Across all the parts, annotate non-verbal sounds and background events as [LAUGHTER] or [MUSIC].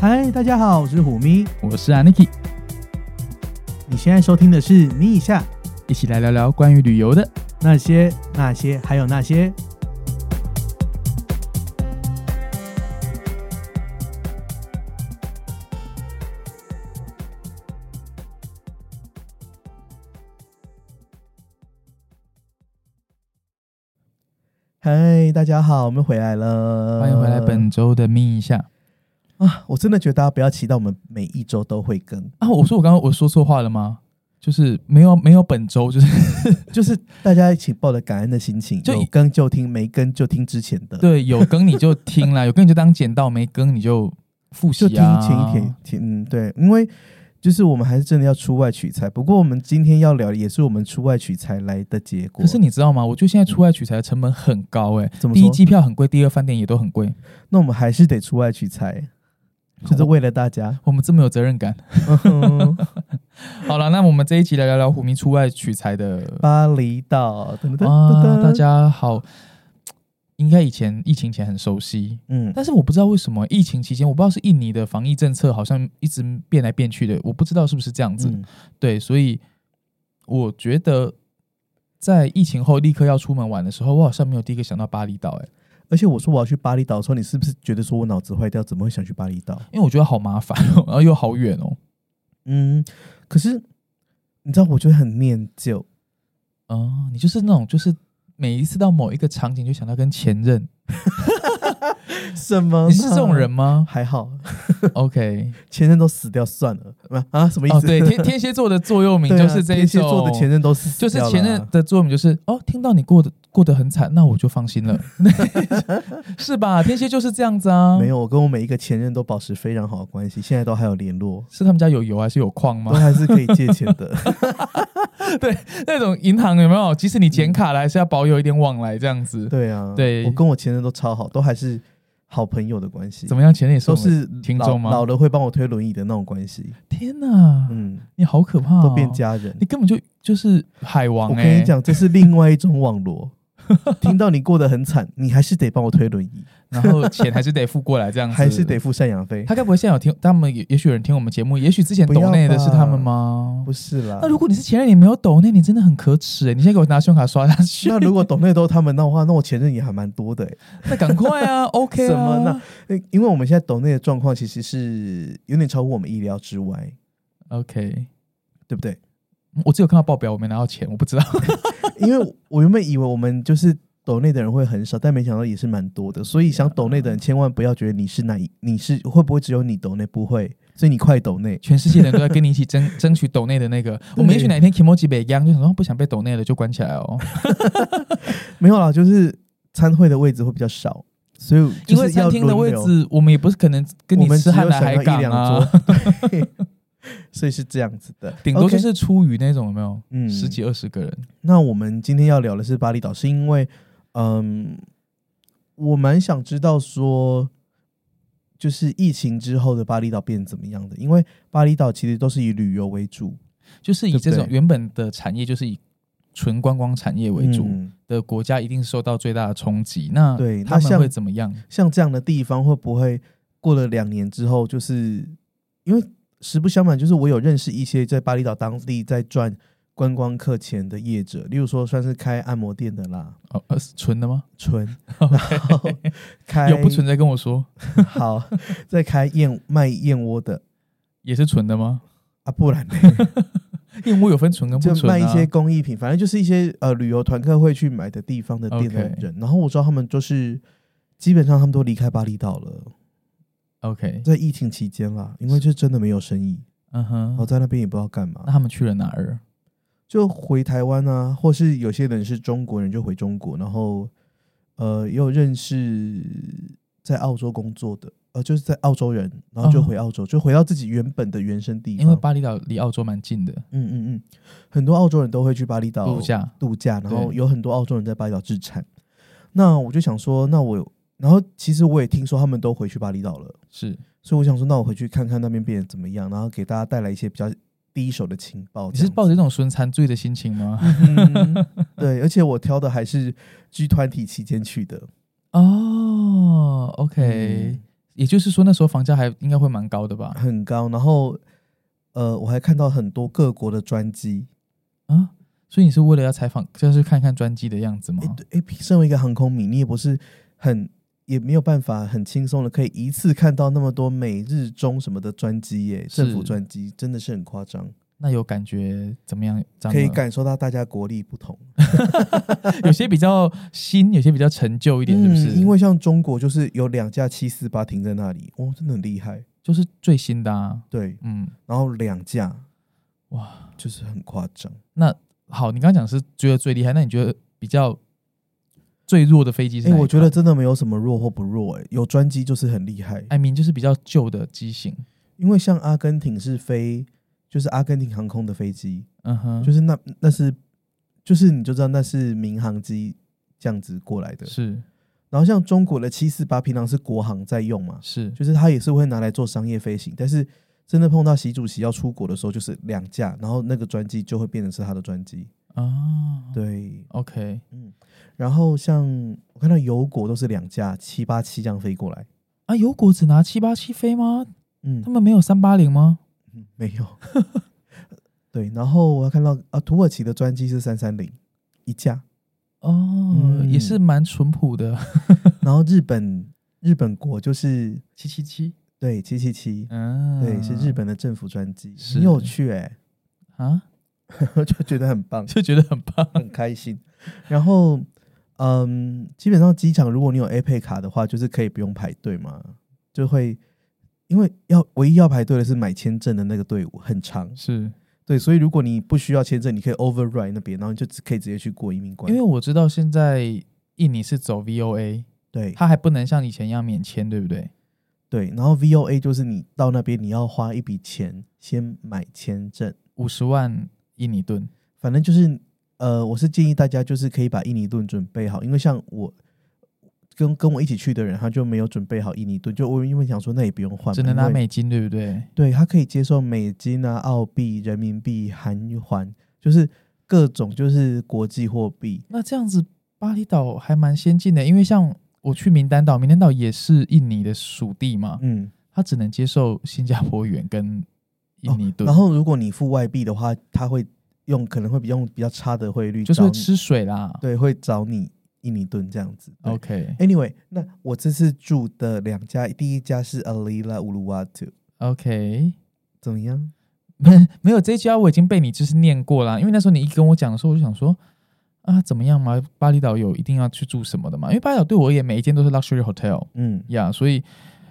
嗨，大家好，我是虎咪。我是 Aniki，你现在收听的是《咪一下一起来聊聊关于旅游的。那些那些还有那些》。嗨，大家好，我们回来了，欢迎回来本周的咪一下啊！我真的觉得大家不要期待我们每一周都会更，啊！我说我刚刚我说错话了吗？就是没有没有本周，就是就是大家一起抱着感恩的心情，就有更就听，没更就听之前的，对有更你就 [LAUGHS] 听啦，有更你就当捡到，没更你就复习就听啊。前一天，前嗯对，因为就是我们还是真的要出外取材。不过我们今天要聊的也是我们出外取材来的结果。可是你知道吗？我觉得现在出外取材的成本很高哎、嗯怎么第一说？机票很贵，第二饭店也都很贵。那我们还是得出外取材，就是为了大家。我们这么有责任感。好了，那我们这一集来聊聊虎迷出外取材的 [LAUGHS] 巴厘岛，噔噔噔啊，噔大家好，应该以前疫情前很熟悉，嗯，但是我不知道为什么疫情期间，我不知道是印尼的防疫政策好像一直变来变去的，我不知道是不是这样子。嗯对，所以我觉得在疫情后立刻要出门玩的时候，我好像没有第一个想到巴厘岛，哎，而且我说我要去巴厘岛的时候，你是不是觉得说我脑子坏掉？怎么会想去巴厘岛？因为我觉得好麻烦， [LAUGHS] 然后又好远哦。嗯，可是你知道，我就很念旧。哦，你就是那种就是。每一次到某一个场景就想到跟前任，什么？你是这种人？ [LAUGHS] 吗还好， ？OK，前任都死掉算了。啊，什么意思？[LAUGHS] 哦，对，天天蝎座的座右铭对啊就是这一天蝎种，座的前任都是死就是掉了啊前任的作用就是哦，听到你过得过得很惨，那我就放心了， [LAUGHS] 是吧？天蝎就是这样子啊，没有，我跟我每一个前任都保持非常好的关系，现在都还有联络，是他们家有油还是有矿都吗？还是可以借钱 [LAUGHS] 的。那种银行有没有？即使你剪卡了，还是要保有一点往来这样子。对啊，对我跟我前任都超好，都还是好朋友的关系，怎么样？前任也是都我们是听老众吗老了会帮我推轮椅的那种关系，天哪，嗯，你好可怕、哦，都变，家人。你根本就就是海王我哎、跟你，讲，这是另外一种网 [LAUGHS] 罗。听到你过得很惨，你还是得帮我推轮椅，然后钱还是得付过来这样子，还是得。付赡养 [LAUGHS] 费。他该不会现在有听？他们也也许有人听我们节目，也许之前不要抖内的是吧他们吗？不是啊啦那，如果你是前任，你没有抖内，你真的很可耻哎！你现在给我拿信用卡刷下去，那如果懂内都他们的话，那我前任也还蛮多的欸那赶快 [LAUGHS] 啊，OK 啊什么呢因因为我们现在抖内的状况其实是有点超乎我们意料之外， ？OK，对不 [LAUGHS] 对？我只有看到报表，我没拿到钱，我不知 [LAUGHS] 道。因为我原本以为我们就是抖内的人会很少，但没想到也是蛮多的。所以想抖内的人千万不要觉得你是哪一，你是会不会只有你抖内？不会，所以你快抖内。全世界的人都在跟你一起争争取抖内的那个，我们也许哪天 Kimoji 北央就想说不想被抖内了，就关起来 [LAUGHS] 哦。没有啦，就是参会的位置会比较少，所以因就是为餐要厅的位轮流，置，我们也不是可能跟我你们只吃有汉想来到海港一两啊，桌，对所以是这样子的，顶多就 OK 是出于那种有没有嗯十几二十个人，那我们今天要聊的是巴厘岛，是因为，嗯，我蛮想知道说，就是疫情之后的巴厘岛变怎么样的？因为巴厘岛其实都是以旅游为主就是以这对种不对原本的产业就是以纯观光产业为主嗯的国家，一定受到最大的冲击。那对那他们像会怎么样？像这样的地方，会不会过了两年之后，就是因为实不相瞒，就是我有认识一些在巴厘岛当地在赚观光客钱的业者，例如说算是开按摩店的啦，哦，呃，是纯的吗？纯， [LAUGHS] 然后开有不存在跟我说，好，再开燕卖燕窝的也是纯的吗？啊，不然呢燕窝有分纯跟 [LAUGHS] 不就纯、啊，卖一些工艺品，反正就是一些呃旅游团客会去买的地方的店的 OK 人。然后我知道他们就是基本上他们都离开巴厘岛了， OK，在疫情期间啦，因为就真的没有生意，嗯然后哼。在那边也不知道干那嘛，他们去了哪儿？就回台湾啊，或是有些人是中国人就回中国，然后呃也有认识在澳洲工作的。呃，就是在澳洲人，然后就哦回澳洲，就回到自己原本的原生地方。因为巴厘岛离澳洲蛮近的，嗯嗯嗯，很多澳洲人都会去巴厘岛度假。度假，然后对有很多澳洲人在巴厘岛置产。那我就想说，那我，然后其实我也听说他们都回去巴厘岛了，是，所以我想说，那我回去看看那边变得怎么样，然后给大家带来一些比较第一手的情报。你是抱着、 [LAUGHS] 着一种损残罪的心情吗？嗯、对，而且我挑的还嗯是 G 团体期间去的。哦，OK，、嗯也就是说那时候房价还应该会蛮高的吧？很高。然后，呃，我还看到很多各国的专机。啊，所以你是为了要采访，就是看看专机的样子吗？哎、对哎，身为一个航空迷，你也不是很，也没有办法很轻松的可以一次看到那么多美日中什么的专机耶，政府是专机真的是很夸张，那有感觉怎么样？张可以了 [LAUGHS] 感受到大家国力不同。有些比较新，有些比较陈旧一点，是不是？嗯因为像中国就是有两架七四八停在那里，哦，真的很厉害。就是最新的啊，对，嗯，然后两架哇，就是很夸张。那好，你刚刚讲是觉得最厉害，那你觉得比较最弱的飞机是哎、哪一款？我觉得真的没有什么弱或不弱、哎，有专机就是很厉害。 I mean 就是比较旧的机型，因为像阿根廷是飞，就是阿根廷航空的飞机，嗯哼，就是是那那是，就是你就知道那是民航机这样子过来的。是然后像中国的七四八，平常是国航在用嘛，是就是它也是会拿来做商业飞行，但是真的碰到习主席要出国的时候，就是两架，然后那个专机就会变成是他的专机。啊，对， ，OK，然后像我看到油国都是两架七八七这样飞过来，啊，油果只拿七八七飞吗？嗯他，们没有三八零吗？嗯没有。 [LAUGHS] 对，然后我还看到啊，土耳其的专机是三三零一架，哦，嗯也是蛮淳朴的，然后日本日本国就是七七七，对七七七，嗯，对，是日本的政府专机，是很有趣哎、啊， [LAUGHS] 就觉得很棒，就觉得很棒，很开心。然后，嗯，基本上机场如果你有 A 配卡的话，就是可以不用排队嘛，就会因为要唯一要排队的是买签证的那个队伍很长，是。对，所以如果你不需要签证，你可以 override 那边，然后你就只可以直接去过移民关，因为我知道现在印尼是走 VOA，对它还不能像以前一样免签，对不对？对，然后 VOA 就是你到那边你要花一笔钱先买签证，五十万印尼盾，反正就是呃，我是建议大家就是可以把印尼盾准备好，因为像我跟跟我一起去的人，他就没有准备好印尼盾，就我因为想说那也不用换嘛，只能拿因为美金，对不对？对他可以接受美金啊、澳币、人民币、韩元，就是各种就是国际货币。那这样子，巴厘岛还蛮先进的，因为像我去名丹岛，名丹岛也是印尼的属地嘛，嗯，它只能接受新加坡元跟印尼盾，哦然后如果你付外币的话，他会用可能会比用比较差的汇率就是找会你，吃水啦。对，会找你印尼盾这样子。对 OK Anyway，那我这次住的两家，第一家是 Alila Uluwatu， OK，怎么样？没有这一家我已经被你就是念过啦，因为那时候你一跟我讲的时候，我就想说啊，怎么样嘛？巴厘岛有一定要去住什么的嘛？因为巴厘岛对我而言，每一间都是 luxury hotel 嗯，呀、所以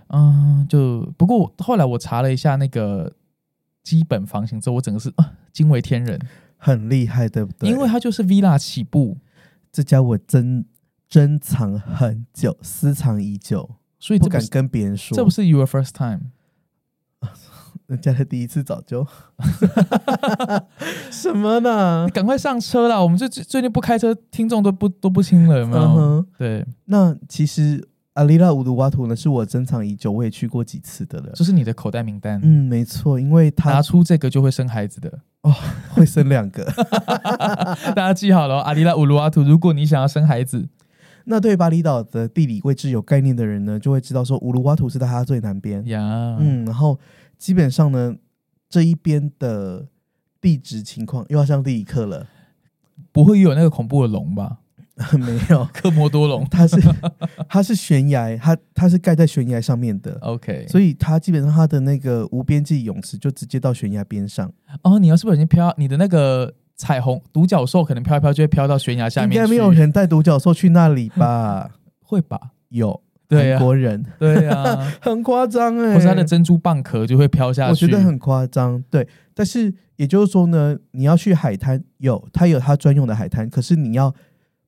嗯，就不过我后来我查了一下那个基本房型之后，我整个是啊惊为天人，很厉害，对不对？因为它就是 villa 起步，这家我珍珍藏很久，私藏已久，所以不这不敢是跟别人说。这不是 your first time，人家的第一次早 [LAUGHS] 就，什么呢你？赶快上车啦！我们最最最近不开车，听众都不都不清了，有没有嗯哼，对，那其实阿里拉乌鲁瓦图呢，是我珍藏已久，我也去过几次的了。这是你的口袋名单，嗯，没错，因为拿他出这个就会生孩子 [LAUGHS] 的。会生两个。 [LAUGHS] 大家记好了哦，阿里拉乌鲁阿图。如果你想要生孩子，那对巴厘岛的地理位置有概念的人呢，就会知道说乌鲁瓦图是在它最南边。呀，嗯，然后基本上呢，这一边的地质情况又要上地理课了。 [LAUGHS] 不会有那个恐怖的龙吧？没有，科摩多龙。 [LAUGHS] 它是 [LAUGHS] 它是悬崖，它它是盖在悬崖上面的， OK，所以它基本上它的那个无边际泳池就直接到悬崖边上，哦，你要是不小心飘，你的那个彩虹独角兽可能飘一飘就会飘到悬崖下应面去，该没有人带独角兽去那里 [LAUGHS] 吧？会吧？有，对韩呀、国人对呀、 [LAUGHS] 啊，很夸张哎、或是它的珍珠蚌壳就会飘下我去。觉得很夸张，对。但是也就是说呢，你要去海滩，有它有它专用的海滩，可是你要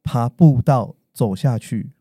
爬步道走下去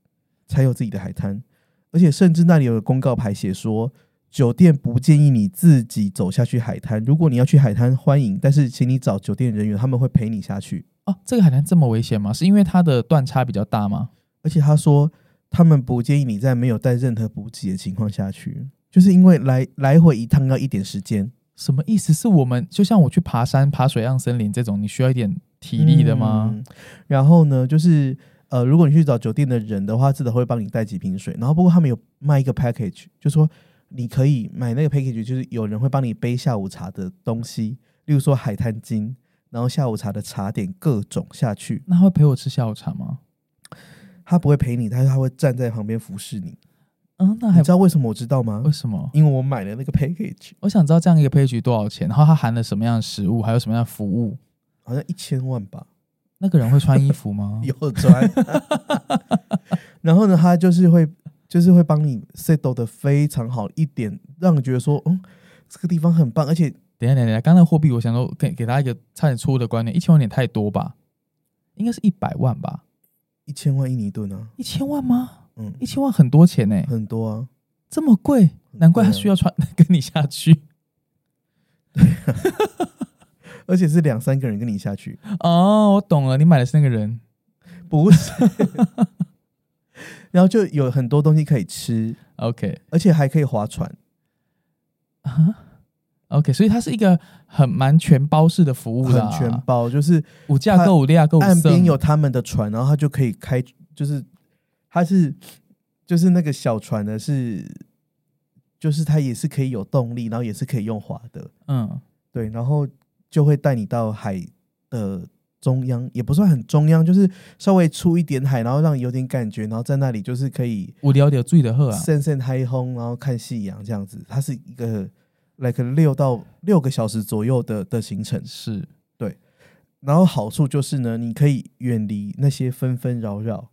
才有自己的海滩，而且甚至那里有个公告牌写说，酒店不建议你自己走下去海滩。如果你要去海滩，欢迎，但是请你找酒店人员，他们会陪你下去。哦，这个海滩这么危险吗？是因为它的断差比较大吗？而且他说，他们不建议你在没有带任何补给的情况下去，就是因为来来回一趟要一点时间。什么意思？是我们就像我去爬山、爬水漾森林这种，你需要一点体力的吗？嗯嗯然后呢，就是呃，如果你去找酒店的人的话，至少会帮你带几瓶水。然后不过他们有卖一个 package，就说你可以买那个 package，就是有人会帮你背下午茶的东西，例如说海滩巾，然后下午茶的茶点各种下去。那会陪我吃下午茶吗？他不会陪你，但是他会站在旁边服侍你。嗯，那你还知道为什么我知道吗为？什么？因为我买了那个 package，我想知道这样一个 page 多少钱，然后它含了什么样的食物，还有什么样的服务。好像一千万吧。？那个人会穿衣服吗 [LAUGHS] [LAUGHS] 有穿。然后呢，他就是会就是会帮你 settle 的非常好一点，让你觉得说，嗯，这个地方很棒，而且等一下，等一下，等一下刚才货币，我想说给给大家一个差点错误的观念，一千万有点太多吧？应该是一百万吧？一千万印尼盾啊，一千万吗？嗯，一千万很多钱呢、欸很多啊，这么贵，难怪他需要穿跟你下去而且是两三个人跟你下去，哦。我懂了，你买的是那个人，不是。 [LAUGHS] 然后就有很多东西可以吃， OK 而且还可以划船。啊，OK，所以它是一个很蛮全包式的服务啦，嗯很全包，就是五价购、五价购、岸边有他们的船，然后他就可以开，就是他是就是那个小船呢是，就是它也是可以有动力，然后也是可以用划的，嗯对，然后就会带你到海的中央，也不算很中央，就是稍微出一点海，然后让你有点感觉，然后在那里就是可以无聊点醉的喝啊，散散嗨轰，然后看夕阳这样子，它是一个 like 六到六个小时左右的的行程。是然后好处就是呢，你可以远离那些纷纷扰扰，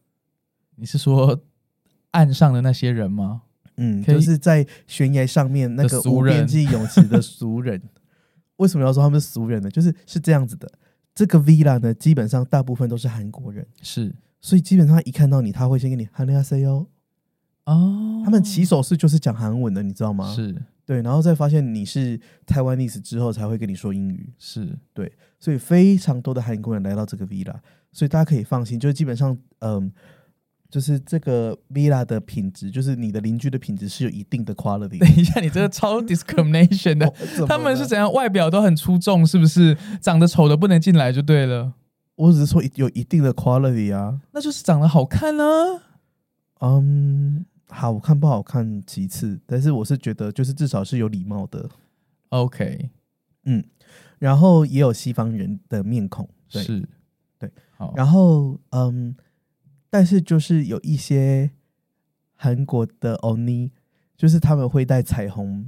你是说岸上的那些人吗？嗯，可以就是在悬崖上面那个的俗无人边际泳池的俗人。为什么要说他们是俗人呢？就是是这样子的，这个 villa 呢，基本上大部分都是韩国人，是所以基本上一看到你，他会先跟你 h e l l say 哟，哦，他们起手式就是讲韩文的，你知道吗？是对，然后再发现你是台湾历史之后，才会跟你说英语。是所以非常多的韩国人来到这个 villa，所以大家可以放心，就是基本上，嗯，就是这个 villa 的品质，就是你的邻居的品质是有一定的 quality 等一下，你这个超 discrimination 的。的，哦他们怎么了是？怎样外表都很出众，是不是？长得丑的不能进来就对了，我只是说有一定的 quality 啊，那就是长得好看啊呢、嗯，好看不好看其次，但是我是觉得就是至少是有礼貌的， OK，然后也有西方人的面孔，对，是，对，好，然后嗯，但是就是有一些韩国的欧尼，就是他们会带彩虹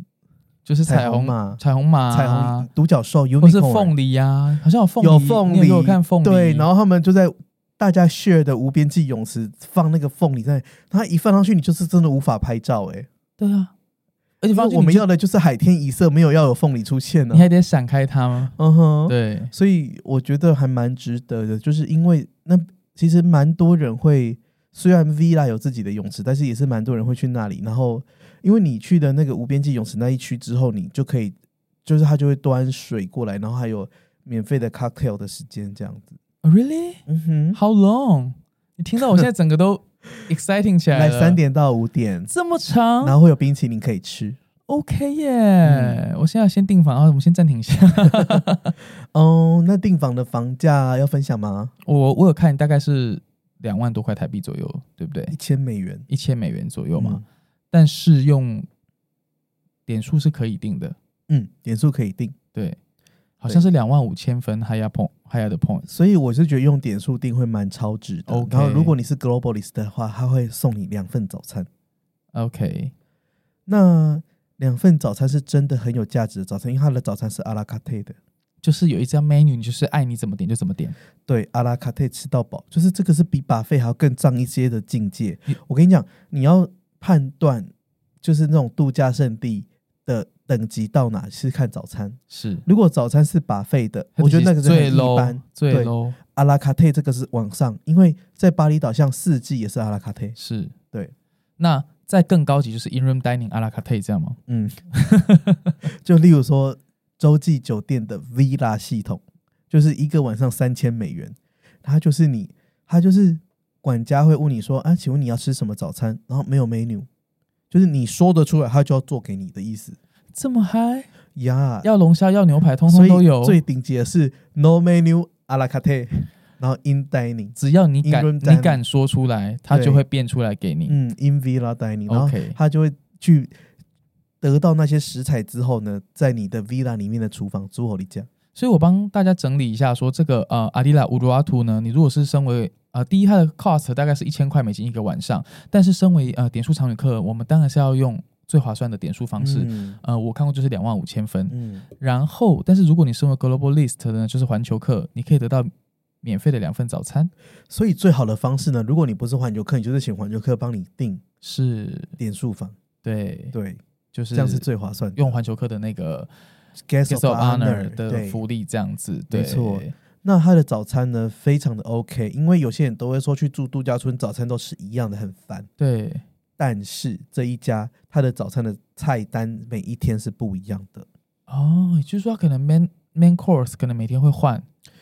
就是彩虹嘛，彩虹马、彩虹，独角兽或是 unicorn，凤梨呀、好像有凤梨，有凤你有梨给我看凤梨，对，然后他们就在大家 share 的无边际泳池放那个凤梨在，它一放上去，你就是真的无法拍照哎、欸对啊，而且因发为现我们你就要的就是海天一色，没有要有凤梨出现呢、啊你还得闪开它吗？ [LAUGHS] 嗯哼，对，所以我觉得还蛮值得的，就是因为那其实蛮多人会。虽然 villa 有自己的泳池，但是也是蛮多人会去那里。然后，因为你去的那个无边际泳池那一区之后，你就可以，就是他就会端水过来，然后还有免费的 cocktail 的时间这样子。 Oh, Really? 嗯哼， How long? 你听到我现在整 [LAUGHS] 个都 exciting 起来来了。三点到五点，这么长然后嗯会有冰淇淋可以吃。 ？OK 耶、我现在先订房，然后我们先暂停一下。 [LAUGHS] 哦，那订房的房价要分享吗？我我有看，大概是两万多块台币左右，对不对一？千美元一千美元左右嘛。嗯但是用点数是可以定的，嗯，点数可以定，对，好像是两万五千分 higher point higher 的 point。所以我是觉得用点数订会蛮超值的。 OK 然后如果你是 globalist 的话，他会送你两份早餐。 OK，那两份早餐是真的很有价值的早餐，因为他的早餐是阿拉卡特的。就是有一张 menu，你就是爱你怎么点就怎么点。对，阿拉卡特吃到饱，就是这个是比把费还要更脏一些的境界你。我跟你讲，你要判断就是那种度假胜地的等级到哪是看早餐。是，如果早餐是把费的，我觉得那个是最很一般 low。最对 low 阿拉卡特这个是往上，因为在巴厘岛像四季也是阿拉卡特，是，对。那再更高级就是 in room dining 阿拉卡特这样吗？嗯， [LAUGHS] 就例如说洲际酒店的 villa 系统，就是一个晚上三千美元，它就是你，它就是管家会问你说啊，请问你要吃什么早餐？然后没有 menu，就是你说得出来，他就要做给你的意思这么嗨，呀。要龙虾要牛排，通啊所通以都有。最顶级的是 no menu 阿拉卡特，然后 in dining，只要你敢 Ingram 你敢说出来，他就会变出来给你。嗯，in villa dining，然后 OK，他就会去得到那些食材之后呢，在你的 villa 里面的厨房煮好你酱。所以我帮大家整理一下，说这个呃阿迪拉乌鲁阿图呢，你如果是身为呃第一，它的 cost 大概是一千块美金一个晚上，但是身为呃点数常旅客，我们当然是要用最划算的点数方式。嗯呃，我看过就是两万五千分，嗯然后，但是如果你身为 Global List 的呢，就是环球客，你可以得到免费的两份早餐。所以最好的方式呢，如果你不是环球客，你就是请环球客帮你订是，点数房，对，对，就是这样是最划算的。用环球客的那个 guest Guest of Honor 的对。福利这样子，没对，错那它的早餐呢，非常的 OK，因为有些人都会说去住度假村，早餐都是一样的，很烦。对，但是这一家它的早餐的菜单每一天是不一样的，哦，也就是说，可能 main main course 可能每天会换，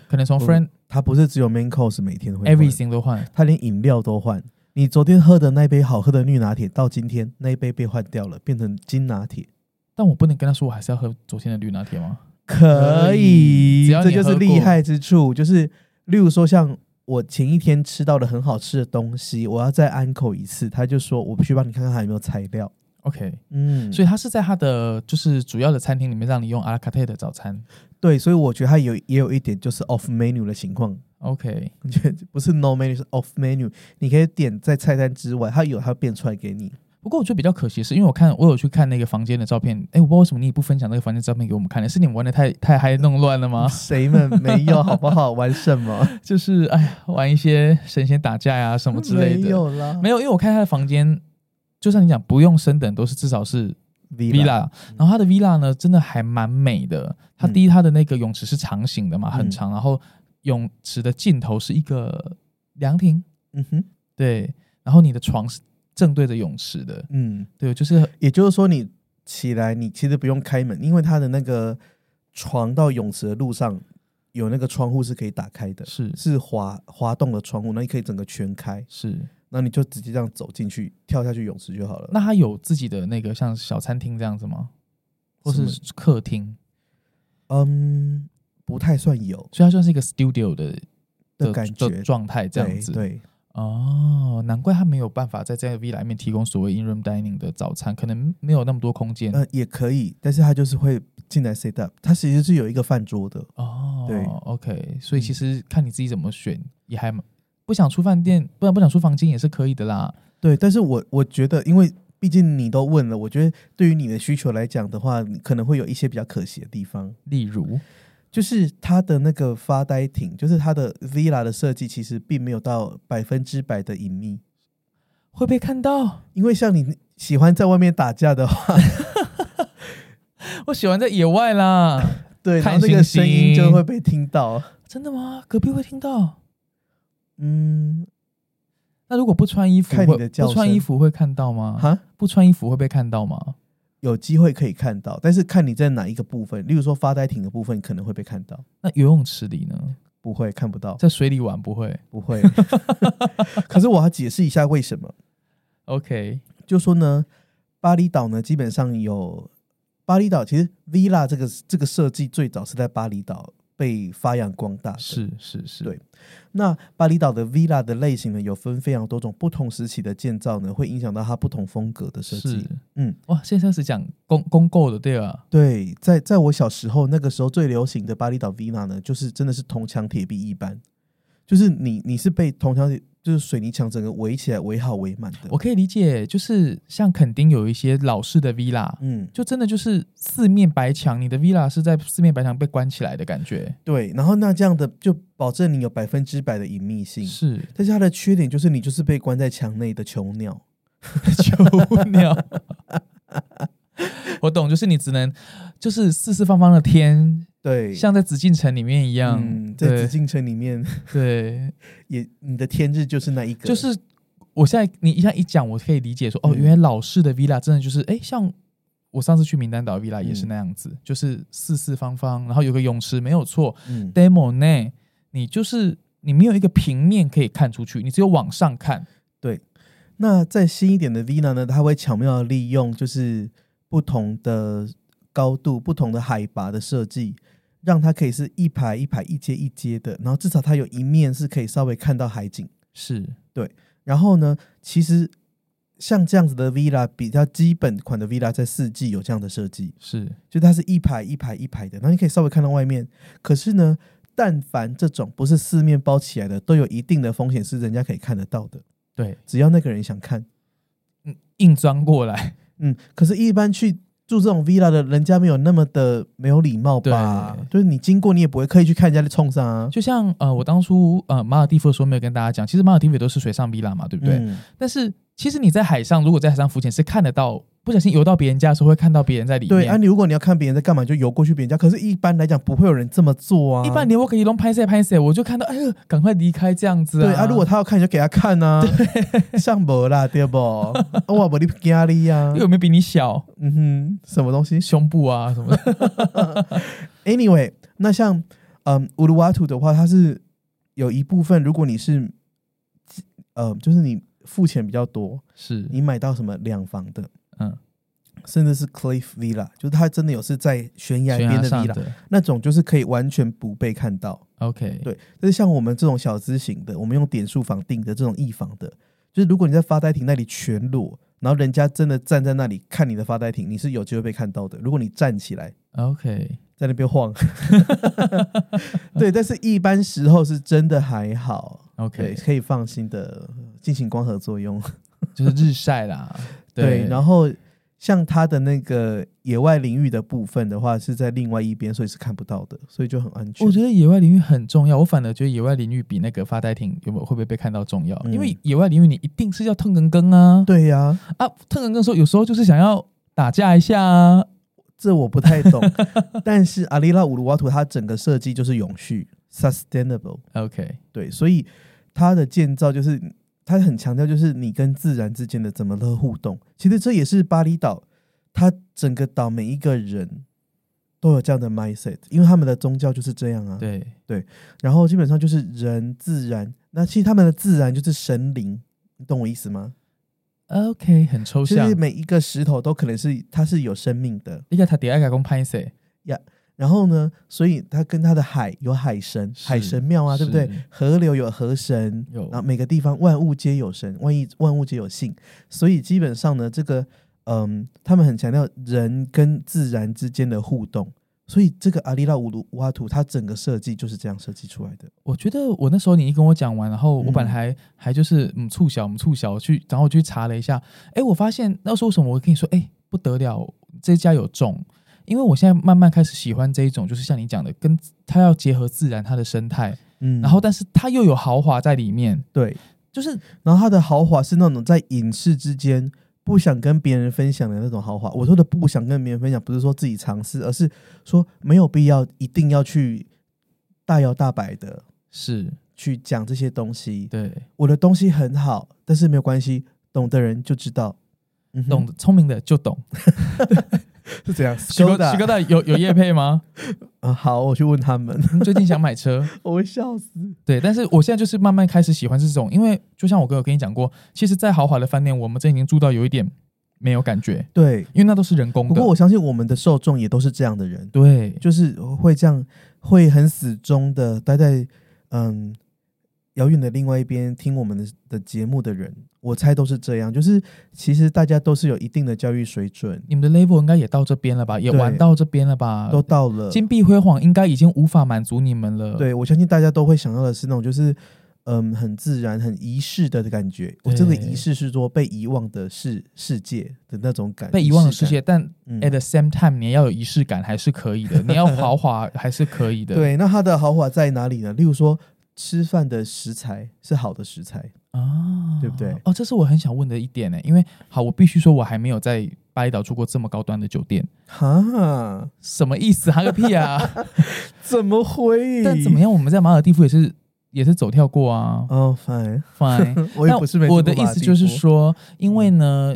可能从嗯 friend 它不是只有 main course 每天会换 everything 都换，他连饮料都换。你昨天喝的那杯好喝的绿拿铁，到今天那一杯被换掉了，变成金拿铁。但我不能跟他说我还是要喝昨天的绿拿铁吗？可可以，以只要这你就是喝过厉害之处，就是例如说像。我前一天吃到的很好吃的东西，我要再安口一次，他就说我必须帮你看看还有没有材料。 OK，、嗯，所以以他是在他的就是主要的餐厅里面让你用阿拉卡特的早餐。对，所以我觉得他有也有一点就是 off menu 的情况， OK，我觉得不是 no menu 是 off menu，你可以点在菜单之外，他有他变出来给你。？不过我觉得比较可惜的是，因为我看我有去看那个房间的照片，哎，我不知道为什么你也不分享那个房间照片给我们看，是你们玩的太太嗨弄乱了吗 [LAUGHS] 谁们没有好不好？玩什么就是哎呀，玩一些神仙打架呀、什么之类的，没有啦，没有因为我看他的房间，就像你讲不用升等，都是至少是 villa， villa，然后它的 villa 呢，真的还蛮美的。它嗯第一，它的那个泳池是长形的嘛，嗯很长，然后泳池的尽头是一个凉亭，嗯哼，对，然后你的床是正对着泳池的，嗯，对，就是也就是说你起来，你其实不用开门，因为它的那个床到泳池的路上有那个窗户是可以打开的，是是滑滑动的窗户，那你可以整个全开，是。那你就直接这样走进去，跳下去泳池就好了。那它有自己的那个像小餐厅这样子吗？或什么是客厅？嗯，不太算有所以它算是一个 studio 的的感的觉，状态这样子。对，对哦，难怪他没有办法在这样的 villa 里面提供所谓 in room dining 的早餐，可能没有那么多空间。呃，也可以，但是他就是会进来 set up，他其实是有一个饭桌的，哦，对，OK，所以嗯其实看你自己怎么选，也还蛮不想出饭店，不然不想出房间也是可以的啦。对，但是我我觉得，因为毕竟你都问了，我觉得对于你的需求来讲的话，你可能会有一些比较可惜的地方，例如，就是它的那个发呆亭，就是它的 villa 的设计其实并没有到百分之百的隐秘，会被看到， [LAUGHS] 因为像你喜欢在外面打架的话， [LAUGHS] 我喜欢在野外啦。 [LAUGHS] 对，然看后那个星声音就星会被听到，真的吗？隔壁会听到？嗯，那如果不穿衣服看会，你的叫不穿声衣服会看到吗？哈，不穿衣服会被看到吗？有机会可以看到，但是看你在哪一个部分，例如说发呆亭的部分可能会被看到，那游泳池里呢？不会看不到，在水里玩不会不会， [LAUGHS] 可是我要解释一下为什么。 ？OK，就说呢，巴厘岛呢基本上有巴厘岛，其实 villa 这个这个设计最早是在巴厘岛被发扬光大的。是是是，啊对那巴厘岛的 villa 的类型呢，有分非常多种，不同时期的建造呢，会影响到它不同风格的设计是。，嗯，哇，现在是讲公公购的，对啊吧？对，在在我小时候那个时候最流行的巴厘岛 villa 呢，就是真的是铜墙铁壁一般，就是你你是被铜墙铁就是水泥墙整个围起来，围好围满的。我可以理解，就是像垦丁有一些老式的 villa，嗯，就真的就是四面白墙，你的 villa 是在四面白墙被关起来的感觉。对，然后那这样的就保证你有百分之百的隐秘性。是 [LAUGHS] 但是它的缺点就是你就是被关在墙内的囚鸟。囚鸟。啊 [LAUGHS] 我懂，就是你只能就是四四方方的天，对，像在紫禁城里面一样，嗯，在紫对禁城里面， [LAUGHS] 对，也你的天日就是那一个，就是我现在你一下一讲，我可以理解说，哦，嗯原来老式的 villa 真的就是，哎，像我上次去名丹岛的 villa 嗯也是那样子，就是四四方方，然后有个泳池，没有错，嗯， demo 内，你就是你没有一个平面可以看出去，你只有往上看。那再新一点的 Vina 呢，它会巧妙地利用就是不同的高度、不同的海拔的设计，让它可以是一排一排、一阶一阶的，然后至少它有一面是可以稍微看到海景。是然后呢，其实像这样子的 villa 比较基本款的 villa 在四季有这样的设计，是就它是一排一排一排的，然后你可以稍微看到外面。可是呢，但凡这种不是四面包起来的，都有一定的风险是人家可以看得到的，对，只要那个人想看。硬装过来， [LAUGHS] 嗯，可是，一般去住这种 villa 的人家没有那么的没有礼貌吧对？就是你经过，你也不会刻意去看人家的冲上啊，就像呃，我当初呃马尔蒂夫的时候没有跟大家讲，其实马尔蒂夫也都是水上 villa 嘛，对不对？嗯但是其实你在海上，如果在海上浮潜是看得到，不小心游到别人家的时候会看到别人在里面。对啊，你如果你要看别人在干嘛，你就游过去别人家。可是，一般来讲不会有人这么做啊。一般连我给一龙拍摄拍摄，我就看到，哎呦，赶快离开这样子啊！对啊，如果他要看，你就给他看啊。 [LAUGHS] 像没啦，对 [LAUGHS] 不？哇，我你压力呀又。有没有比你小，嗯哼，什么东西胸部啊什么的， ？Anyway，那像嗯乌鲁瓦图的话，它是有一部分，如果你是呃，就是你付钱比较多， [LAUGHS] 是你买到什么两房的，嗯，甚至是 cliff villa，就是它真的有是在悬崖悬边崖的上 villa，的那种就是可以完全不被看到。 ，OK，对，但是像我们这种小资型的，我们用点数房定的这种一房的，就是如果你在发呆亭那里全裸，然后人家真的站在那里看你的发呆亭，你是有机会被看到的。如果你站起来 o k 在那边晃， [LAUGHS] 对，但是一般时候是真的还好，对， OK，可以放心的进行光合作用。就是日晒啦， [LAUGHS] 对，然后后像它的那个野外淋浴的部分的话，是在另外一边，所以是看不到的，所以就很安全我。觉得野外淋浴很重要，我反而觉得野外淋浴比那个发呆亭有没有会不会被看到重要，嗯因为野外淋浴你一定是要腾根根啊，对呀、啊，腾根根的时候有时候就是想要打架一下啊，这我不太懂， [LAUGHS] 但是阿里拉乌鲁瓦图它整个设计就是永续 （sustainable）， OK，对，所以它的建造就是它很强调就是你跟自然之间的怎么的互动。其实这也是巴厘岛，它整个岛每一个人都有这样的 mindset，因为他们的宗教就是这样啊。对，然后基本上就是人自然，那其实他们的自然就是神灵，你懂我意思吗？嗯 OK，很抽就象是。每一个石头都可能是它是有生命的，你看他第二个公拍摄，然后呢，所以它跟它的海有海神、是海神庙啊，对不对是？河流有河神，有然后每个地方万物皆有神，万一万物皆有性，所以基本上呢，这个嗯，他们很强调人跟自然之间的互动。所以这个阿里拉乌鲁瓦图，它整个设计就是这样设计出来的。我觉得我那时候你一跟我讲完，然后我本来还、还就是嗯促销，我们促销去，然后我去查了一下，哎，我发现那时候为什么我跟你说，哎不得了，这家有种，因为我现在慢慢开始喜欢这一种，就是像你讲的，跟它要结合自然它的生态，嗯然后但是它又有豪华在里面，对，就是然后它的豪华是那种在隐士之间不想跟别人分享的那种豪华。我说的不想跟别人分享，不是说自己尝试，而是说没有必要一定要去大摇大摆的是去讲这些东西。对我的东西很好，但是没有关系，懂的人就知道。嗯哼懂聪明的就懂。是怎 [LAUGHS] 样？徐修哥的徐哥大有有业配吗？啊，好，我去问他们， [LAUGHS] [LAUGHS] 你最近想买车？我会笑死。对，但是我现在就是慢慢开始喜欢这种，因为就像我哥有跟你讲过，其实，在豪华的饭店，我们这已经住到有一点没有感觉，对，因为那都是人工不的。过我相信我们的受众也都是这样的人，对，就是会这样，会很死忠的待在嗯遥远的另外一边听我们的的节目的人，我猜都是这样。就是其实大家都是有一定的教育水准，你们的 level 应该也到这边了吧，也对玩到这边了吧，都到了。金碧辉煌，应该已经无法满足你们了。，对我相信大家都会想要的是那种就是。嗯，很自然、很仪式的感觉。我这个对仪式是说被遗忘的世世界的那种感，被遗忘的仪式世感。界，但嗯 at the same time，你要有仪式感还是可 [LAUGHS] 以的，你要豪华还是可以的。对，那它的豪华在哪里呢？例如说，吃饭的食材是好的食材，啊，对不对哦，这是我很想问的一点呢，因为好，我必须说，我还没有在巴厘岛住过这么高端的酒店，哈，什么意思？哈个屁啊！ [LAUGHS] 怎么会？但怎么样，我们在马尔蒂夫也是也是走跳过啊。 [LAUGHS] 哦，fine， Fine， [LAUGHS] 我也不是没但去过我的意马尔思地嗯就是夫，说，因为呢，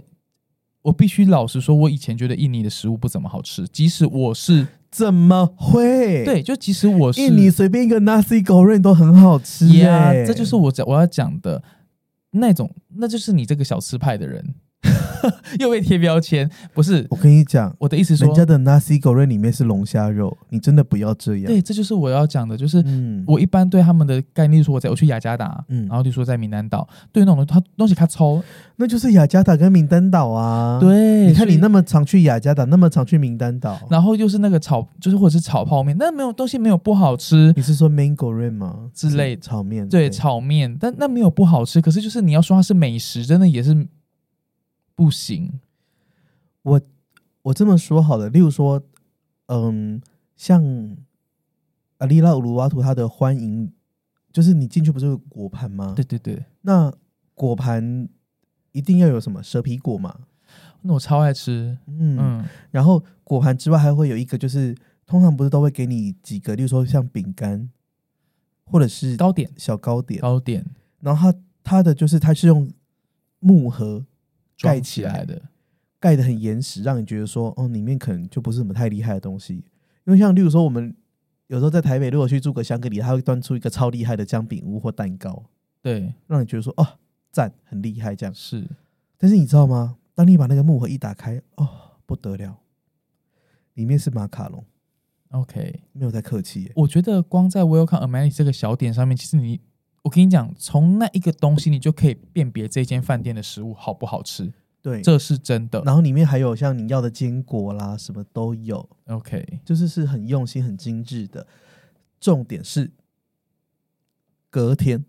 我必须老实说，我以前觉得印尼的食物不怎么好吃，即使我是怎么会？，对，就即使我是印尼随便一个 nasi goreng 都很好吃耶、呀，这就是我讲我要讲的那种，那就是你这个小吃派的人。 [LAUGHS] 又被贴标签，不是我跟你讲，我的意思是人说家，的 nasi goreng 里面是龙虾肉，你真的不要这样。对，这就是我要讲的，就是嗯，我一啊般对他们的概念，说我在我去雅加达，嗯啊然后就说在闽南岛，对那种他东西他抽，那就是雅加达跟名丹岛啊。，对，你看你所以那么常去雅加达，那么常去名丹岛，然后又是那个炒，就是或者是炒泡面，那没有东西没有不好吃，你是说 main goreng 吗？之类的炒面对，炒面，但那没有不好吃，可是就是你要说它是美食，真的也是不行。我这么说好了，例如说，嗯，像阿利拉乌鲁瓦图，它的欢迎就是你进去不是有果盘吗？对，对对，那果盘一定要有什么蛇皮果嘛，那我超爱吃，嗯，嗯，然后果盘之外还会有一个，就是通常不是都会给你几个，例如说像饼干或者是糕点小糕点，糕点然后它它的就是它是用木盒盖装起来的，盖得很严实，让你觉得说，哦，里面可能就不是什么太厉害的东西。因为像例如说，我们有时候在台北，如果去住个香格里，他会端出一个超厉害的姜饼屋或蛋糕，对，让你觉得说，哦，赞，很厉害这样。是但是你知道吗？当你把那个木盒一打开，哦，不得了，里面是马卡龙， OK。没有在客气耶。我觉得光在 Welcome Amenities 这个小点上面，其实你，我跟你讲，从那一个东西，你就可以辨别这间饭店的食物好不好吃，对，这是真的。然后里面还有像你要的坚果啦，什么都有， OK，就是是很用心、很精致的。重点是隔天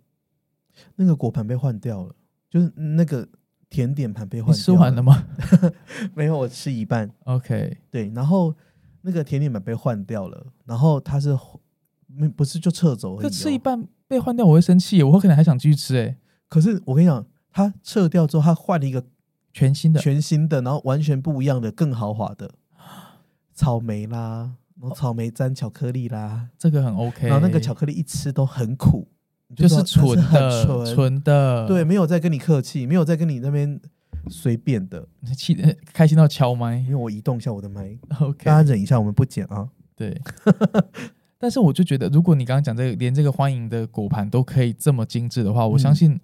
那个果盘被换掉了，就是那个甜点盘被换你掉吃完了吗 [LAUGHS] 没有，我吃一半。 ？OK，对，然后那个甜点盘被换掉了，然后它是没不是就撤走而已、这哦。吃一半被换掉，我会生气耶，我可能还想继续吃，哎，可是我跟你讲，它撤掉之后，它换了一个全新的。全新的，然后完全不一样的、更豪华 [GASPS] 的草莓啦，然哦后草莓沾巧克力啦，这个很 OK，然后那个巧克力一吃都很苦，你就知是道纯那的，是很纯，纯的，对，，没有在跟你客气，没有在跟你那边随便的。 [LAUGHS] 气得开心到敲麦因为我移动一下我的麦， ，OK，大家忍一下，我们不剪啊。对。 [LAUGHS] 但是我就觉得，如果你刚刚讲这个，连这个欢迎的果盘都可以这么精致的嗯话，我相信，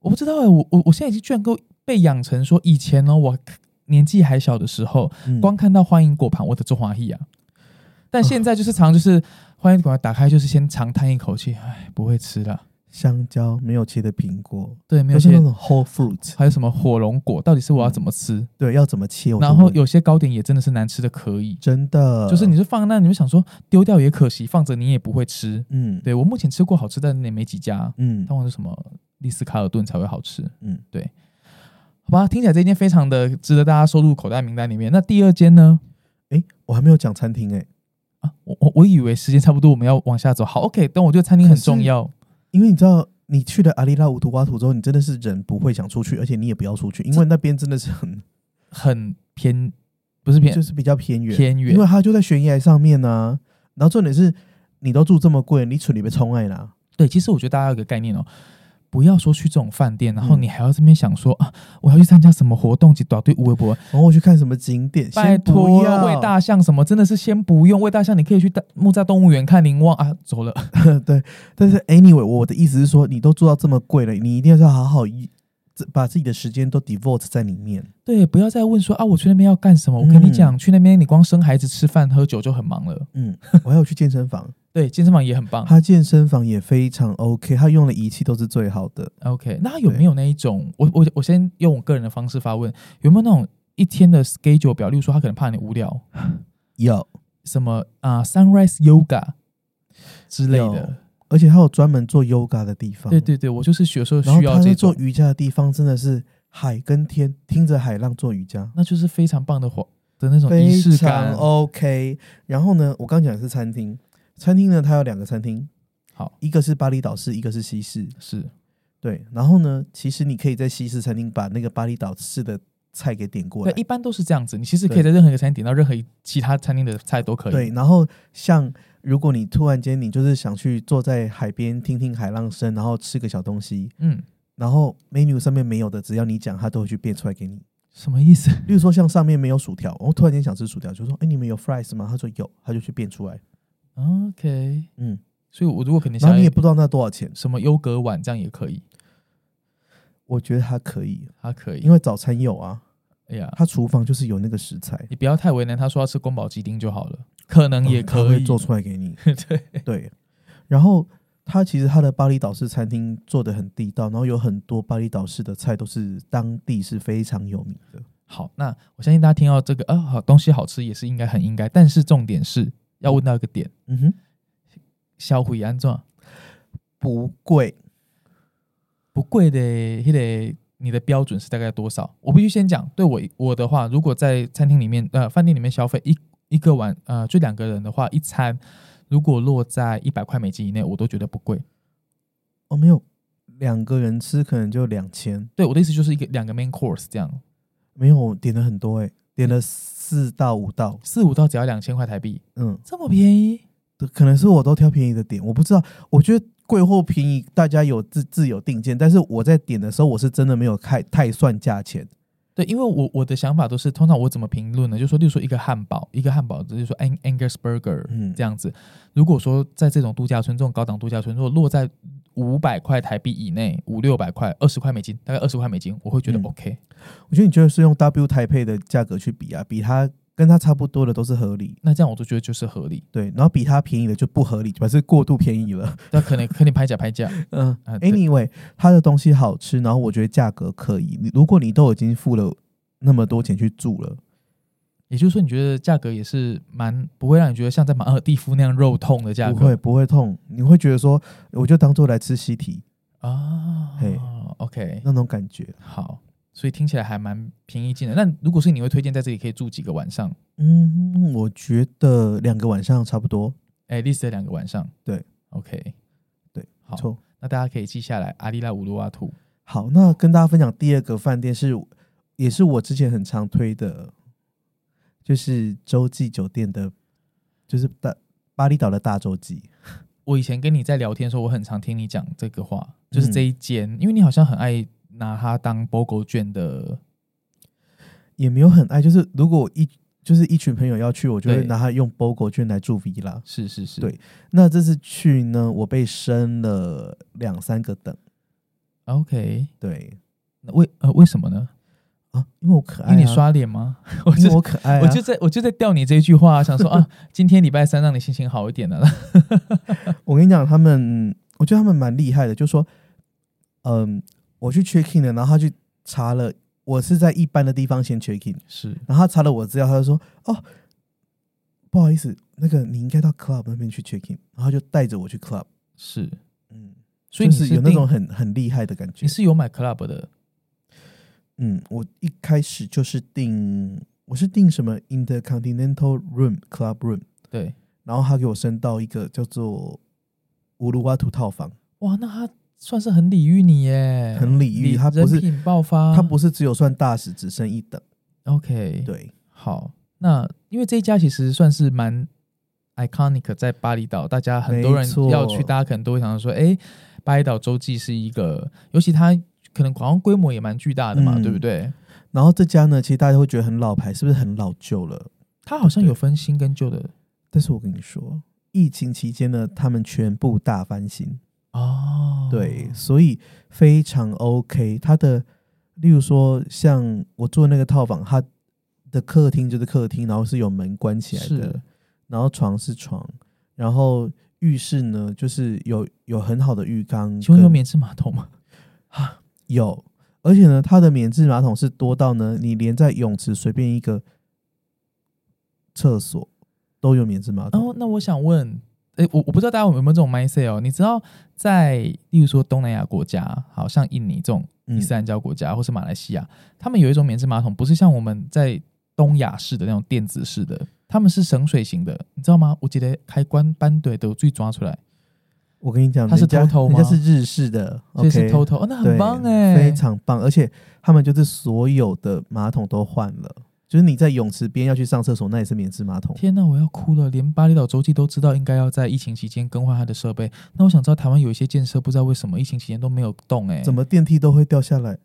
我不知道哎、我我我现在已经居然够被养成说，以前呢、我年纪还小的时候，嗯光看到欢迎果盘，我的中华意啊。 [LAUGHS] 但现在就是常就是欢迎果盘打开，就是先长叹一口气，哎，不会吃了。香蕉没有切的苹果，对，没有就是些那种 whole fruit，还有什么火龙果，到底是我要怎么吃？对，要怎么切？我就然后问有些糕点也真的是难吃的可以，真的就是你就放那，你就想说丢掉也可惜，放着你也不会吃。嗯对我目前吃过好吃，但也没几家，嗯通常是什么丽思卡尔顿才会好吃。嗯，好吧，听起来这间非常的值得大家收入口袋名单里面。那第二间呢？诶，我还没有讲餐厅诶，啊，我我我以为时间差不多，我们要往下走。好，OK，但我觉得餐厅很可是重要。因为你知道。你去了阿里拉乌图瓦图之后，你真的是人不会想出去，而且你也不要出去，因为那边真的是很很偏，不 [LAUGHS] 是偏、就是比较偏远，偏因远为，它就在悬崖上面呢、然后重点是，你都住这么贵，你蠢你被冲爱啦。对，其实我觉得大家有个概念哦，不要说去这种饭店，然后嗯你还要这边想说、啊，我要去参加什么活动及打对微博，然后我去看什么景点，拜先托不了，喂要。大象什么真的是先不用喂大象，你可以去大木栅动物园看林旺啊。走了， [LAUGHS] 对，但是 anyway，我的意思是说，你都住到这么贵了，你一定要好好一自把自己的时间都 devote 在里 [LAUGHS] 面。对，不要再问说啊，我去那边要干什么？我跟你讲，去那边你光生孩子、吃饭、喝酒就很忙了。嗯，我还有去健身房，对，健身房也很棒。他健身房也非常 OK，他用的仪器都是最好的。 OK，那有没有那一种？我我我先用我个人的方式发问，有没有那种一天的 schedule 表？例如说，他可能怕你无聊，有，什么啊、sunrise yoga 之类有的。而且他有专门做 yoga 的地方。对对对，我就是有时候然后需要他这在做种，瑜伽的地方真的是海跟天，听着海浪做瑜伽。那就是非常棒的活的那种仪非式常感。 OK。然后呢，我刚讲的是餐厅，餐厅呢它有两个餐厅，好，一个是巴厘岛式，一个是西式。是对，然后呢，其实你可以在西式餐厅把那个巴厘岛式的菜给点过对来，。一般都是这样子。你其实对可以在任何一个餐厅点到任何一其他餐厅的菜都可以。对，，然后像如果你突然间你就是想去坐在海边听听海浪声，然后吃个小东西，嗯，然后 menu 上面没有的，只要你讲，它都会去变出来给你。什么意思？例如说像上面没有薯条，我突然间想吃薯条，就说：“哎，你们有 fries 吗？”他说有，他就去变出来。 OK，嗯，所以我如果可能然想后你也要不知道那多少钱，什么优格碗这样也可以，我觉得它可以。它可以，因为早餐有啊，哎呀，他厨房就是有那个食材，你不要太为难他，说要吃宫保鸡丁就好了，可能也嗯他可会以。做出来给你。 [LAUGHS] 对，对，然后他其实他的巴厘岛式餐厅做的很地道，然后有很多巴厘岛式的菜都是当地是非常有名的。好，那我相信大家听到这个啊，好东西好吃也是应该很应该，但是重点是要问到一个点，嗯哼，小虎安装不贵，不贵的迄个你的标准是大概多少？我必须先讲，对我我的话，如果在餐厅里面呃饭店里面消费一一个晚呃就两个人的话，一餐如果落在一百块美金以内，我都觉得不贵。哦，没有，两个人吃可能就两千，对我的意思就是一个两个 main course 这样，没有点了很多哎、点了四到五道，四五道只要两千块台币，嗯，这么便宜？对可能是我都挑便宜的点，我不知道，我觉得。贵或便宜，大家有自自有定见。但是我在点的时候，我是真的没有太太算价钱。对，因为我我的想法都是，通常我怎么评论呢？就说，例如说一个汉堡，一个汉堡，就是说 Ang Angus Burger，嗯这样子。如果说在这种度假村、这种高档度假村，如果落在五百块台币以内，五六百块、二十块美金，大概二十块美金，我会觉得嗯 OK。我觉得你觉得是用 W 台配的价格去比啊，比它跟它差不多的都是合理。那这样我就觉得就是合理。对，然后比它便宜的就不合理，表示过度便宜 [LAUGHS] 了。但可能可能拍假拍假，嗯 [LAUGHS] 啊对，anyway，它的东西好吃，然后我觉得价格可以。你如果你都已经付了那么多钱去住了，也就是说你觉得价格也是蛮不会让你觉得像在马尔蒂夫那样肉痛的价不会格不会痛，你会觉得说，我就当做来吃西提啊嘿。 OK，那种感觉。好，所以听起来还蛮平易近人。那如果是你会推荐在这里可以住几个晚上？嗯，我觉得两个晚上差不多，哎，list 的两个晚上。对，OK，对，好，错。那大家可以记下来阿利拉乌鲁瓦图。好，那跟大家分享第二个饭店是，也是我之前很常推的，就是洲际酒店的，就是大巴厘岛的大洲际。我以前跟你在聊天的时候，我很常听你讲这个话，嗯就是这一间，因为你好像很爱拿它当 BOGO 券的，也没有很爱，就是如果我一就是一群朋友要去，我就会对拿它用 BOGO 券来住 villa。是是是，对那这次去呢，我被升了两三个等， ，OK，对那为呃为什么呢？啊，因为我可爱、啊，因为你刷脸吗？ [LAUGHS] 我因就为我可爱、啊， [LAUGHS] 我就在我就在吊你这一句话、[LAUGHS] 想说啊，今天礼拜三让你心情好一点了、我跟你讲，他们我觉得他们蛮厉害的，就说，嗯，我去 check in 了，然后他去查了，我是在一般的地方先 check in，是然后他查了我的资料，他就说，哦，不好意思，那个你应该到 club 那边去 check in，然后就带着我去 club，是，嗯，所以你就是有那订种很很厉害的感觉你。是有买 club 的，嗯，我一开始就是订，嗯我是订什么 intercontinental room club room，对，然后他给我升到一个叫做乌鲁瓦图套房，哇，那他算是很礼遇你耶，很礼遇，他不哎人是品爆发，它不是只有算大使，只剩一等。 OK，对，好，那因为这一家其实算是蛮 iconic，在巴厘岛，大家很多没人错要去，大家可能都会想说，哎、巴厘岛洲际是一个，尤其它可能好像规模也蛮巨大的嘛，嗯对不对？然后这家呢，其实大家会觉得很老牌，是不是很老旧了？它好像有分新跟旧的但是我跟你说，疫情期间呢，他们全部大翻新，哦，对，所以非常 OK。它的，例如说像我住的那个套房，它的客厅就是客厅，然后是有门关起来的是，然后床是床，然后浴室呢就是有有很好的浴缸，请问有免治马桶 [LAUGHS] 吗？有，而且呢，它的免治马桶是多到呢，你连在泳池随便一个厕所都有免治马然桶。后，哦那我想问，哎，我我不知道大家有没有这种 mindset 哦？你知道在，例如说东南亚国家，好像印尼这种伊嗯斯兰教国家，或是马来西亚，他们有一种免治马桶，不是像我们在东亚式的那种电子式的，他们是省水型的，你知道吗？我记得开关班队都最抓出来，我跟你讲，它是人家偷偷人家吗是日式的所以是，OK，偷偷哦，那很对棒哎非，常棒。而且他们就是所有的马桶都换了，就是你在泳池边要去上厕所，那也是免治马桶。天哪，我要哭了！连巴厘岛洲际都知道应该要在疫情期间更换它的设备，那我想知道台湾有一些建设，不知道为什么疫情期间都没有动哎、怎么电梯都会掉下来？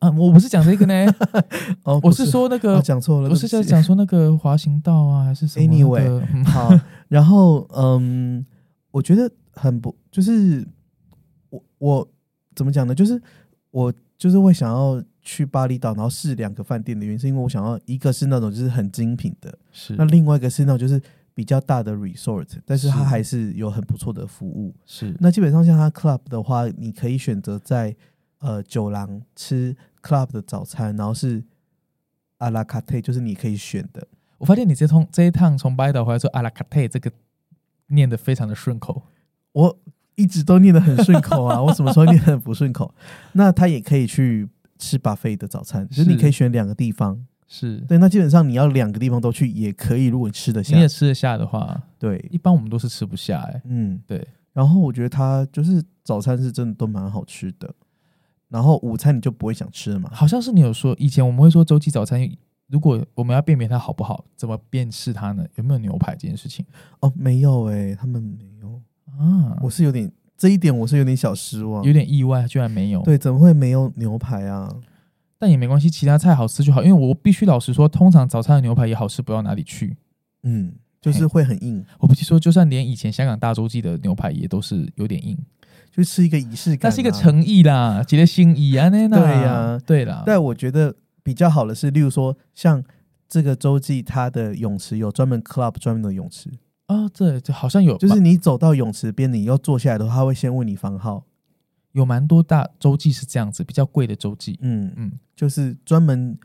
啊？我不是讲这个呢， [LAUGHS] 哦，我不是说那个哦讲错了，我对是不在起讲说那个滑行道啊，还是什么那个、 Anyway 嗯好，然后嗯，我觉得很不，就是我我怎么讲呢？就是我就是会想要去巴厘岛，然后试两个饭店的原因，是因为我想要一个是那种就是很精品的，是那另外一个是那种就是比较大的 resort，但是它是还是有很不错的服务。是那基本上像它 club 的话，你可以选择在呃酒廊吃 club 的早餐，然后是阿拉卡特，就是你可以选的。我发现你这通这一趟从巴厘岛回来之后，阿拉卡特这个念得非常的顺口，我一直都念得很顺口 [LAUGHS] 啊，我什么时候念得很不顺口？那它也可以去吃 buffet 的早餐，就是是你可以选两个地方。是对，那基本上你要两个地方都去也可以，如果你吃得下你。也吃得下的话，对，一般我们都是吃不下哎、嗯，对。然后我觉得它就是早餐是真的都蛮好吃的，然后午餐你就不会想吃了嘛。好像是你有说，以前我们会说洲际早餐，如果我们要辨别它好不好，怎么辨识它呢？有没有牛排这件事情哦，没有哎、他们没有，啊？我是有点这一点我是有点小失望有。点意外，居然没有。对，怎么会没有牛排啊？但也没关系，其他菜好吃就好。因为我必须老实说，通常早餐的牛排也好吃不到哪里去。嗯，就是会很硬，我必须说，就算连以前香港大洲际的牛排也都是有点硬，就吃一个仪式感、那啊。是一个诚意啦，一个心意啊，那那对呀对啦，但我觉得比较好的是，例如说像这个洲际，它的泳池有专门 club 专门的泳池，啊，这这好像有，就就是你走到泳池边，你要坐下来的话，他会先问你房号，有蛮多大洲际是这样子，比较贵的洲际，嗯嗯嗯，就是专门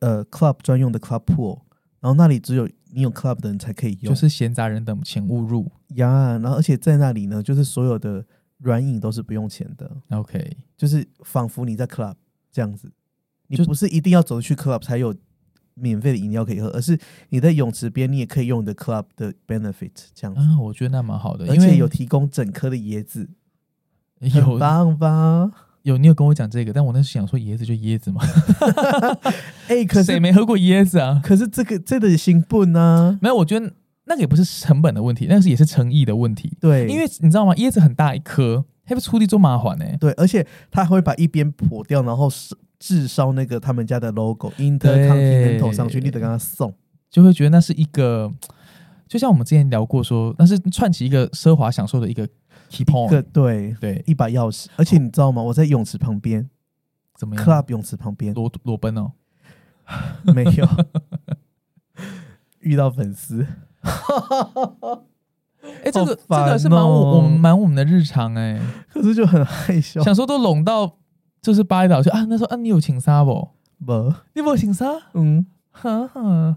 呃 club 专用的 club pool，然后那里只有你有 club 的人才可以用，就是闲杂人等，请勿入。呀，然后而且在那里呢，就是所有的软饮都是不用钱的， OK，就是仿佛你在 club 这样子，你就不是一定要走去 club 才有免费的饮料可以喝，而是你在泳池边你也可以用你的 club 的 benefit 这样子，啊，我觉得那蛮好的，而因为且有提供整颗的椰子，很有棒吧？有，你有跟我讲这个，但我那时想说椰子就椰子嘛，哎、 [LAUGHS] 可谁是没喝过椰子啊？可是这个这个行不呢？没有，我觉得那个也不是成本的问题，那个是也是诚意的问题，对，因为你知道吗？椰子很大一颗，还不出力做麻烦呢、对，而且他还会把一边破掉，然后是炙烧那个他们家的 logo，Intercontinental 上去，你得跟他送。就会觉得那是一个，就像我们之前聊过说，那是串起一个奢华享受的一个 key 一个 point。对，对，一把钥匙，而且你知道吗？我在泳池旁边怎么样，club 泳池旁边裸裸奔哦， [LAUGHS] 没有遇到粉丝，哎、这个、好这烦个是蛮哦我我们蛮我们的日常哎、可是就很害羞。想说都拢到就是巴厘岛去啊，那时候啊你有请沙不？不，你有没有请沙？嗯，哈哈，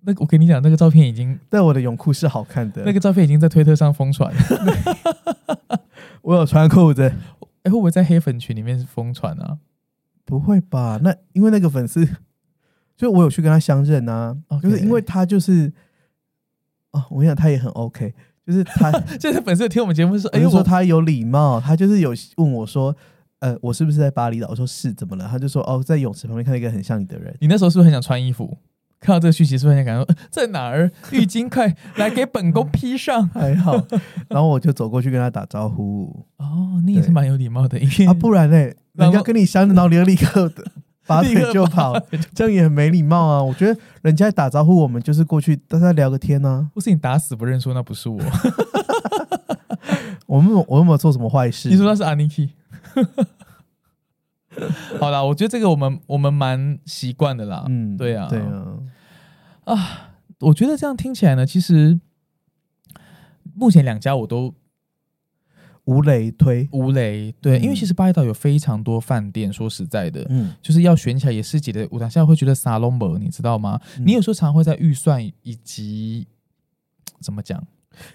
那个我跟你讲，那个照片已经但我的泳裤是好看的，那个照片已经在推特上疯传，哎、我有穿裤子。哎会不会在黑粉群里面是疯传啊？不会吧？那因为那个粉丝，就我有去跟他相认啊 OK 就是因为他就是，哦，我跟你讲，他也很 OK，就是他，就是粉丝有听我们节目说，我 [LAUGHS] 哎、就我说他有礼貌，他就是有问我说，呃，我是不是在巴厘岛？我说是，怎么了？他就说，哦，在泳池旁边看到一个很像你的人，！你那时候是不是很想穿衣服？看到这个讯息，是不是很想感到在哪儿？浴巾快来给本宫披上还好， [LAUGHS] 然后我就走过去跟他打招呼 [LAUGHS] 哦，你也是对蛮有礼貌的，因为啊，不然嘞，人然后家跟你相认，然后你就立刻 [LAUGHS] 拔立刻腿就跑，这样也很没礼貌啊。我觉得人家打招呼，我们就是过去大家聊个天啊。不是你打死不认输，那不是我。我们有我有没有做什么坏事？你说那 [LAUGHS] 是 Aniki。好啦，我觉得这个我们我们蛮习惯的啦。嗯，对啊对啊，我觉得这样听起来呢，其实目前两家我都吴磊推，无雷。对，嗯因为其实巴厘岛有非常多饭店，说实在的，嗯，就是要选起来也是觉得我当下会觉得沙龙伯，你知道吗？嗯你有时候常会在预算以及怎么讲，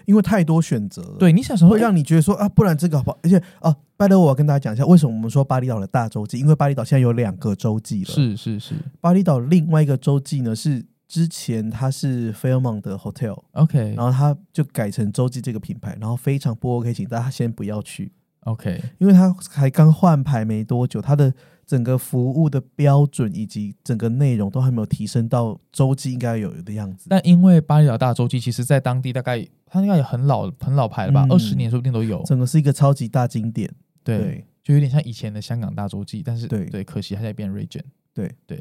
因为太多选择了，，对你想什哦么会让你觉得说啊，不然这个好不好？而且啊，拜托我要跟大家讲一下，为什么我们说巴厘岛的大洲际，因为巴厘岛现在有两个洲际了，是是是巴厘岛另外一个洲际呢是之前它是 Fairmont 的 hotel。 ，OK 然后它就改成洲际这个品牌，然后非常不 OK，请大家先不要去， OK，因为它才刚换牌没多久，它的整个服务的标准以及整个内容都还没有提升到洲际应该有的样子。但因为巴厘岛大洲际其实在当地大概它应该也很老很老牌了吧嗯，二十、年说不定都有。整个是一个超级大景点。对，对就有点像以前的香港大洲际，但是对对，可惜它现在变 region。对对，